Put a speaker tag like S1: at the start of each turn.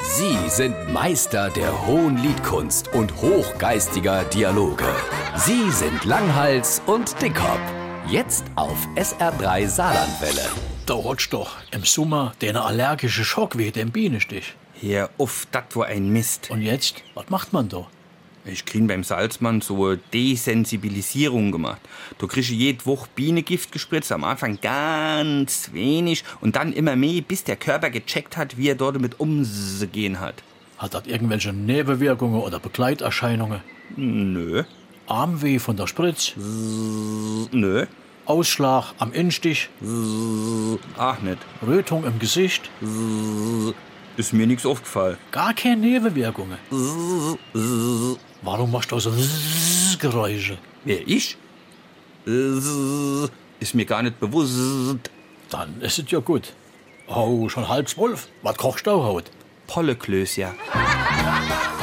S1: Sie sind Meister der hohen Liedkunst und hochgeistiger Dialoge. Sie sind Langhals und Dickhop. Jetzt auf SR3 Saarlandwelle.
S2: Da rutscht doch im Sommer der allergische Schock weht im Bienenstich.
S3: Hier, uff, dat war ein Mist.
S2: Und jetzt, was macht man da?
S3: Ich krieg beim Salzmann so eine Desensibilisierung gemacht. Du kriegst jede Woche Bienengift gespritzt, am Anfang ganz wenig und dann immer mehr, bis der Körper gecheckt hat, wie er dort mit umgehen hat.
S2: Hat das irgendwelche Nebenwirkungen oder Begleiterscheinungen?
S3: Nö,
S2: Armweh von der Spritz?
S3: nö,
S2: Ausschlag am Innenstich?
S3: ach nicht.
S2: Rötung im Gesicht?
S3: Ist mir nichts aufgefallen.
S2: Gar keine Nebenwirkungen. Warum machst du so Geräusche?
S3: Wer ich? Ist mir gar nicht bewusst.
S2: Dann ist es ja gut. Oh, schon halb zwölf? Was kochst du heute?
S3: Polleklößchen.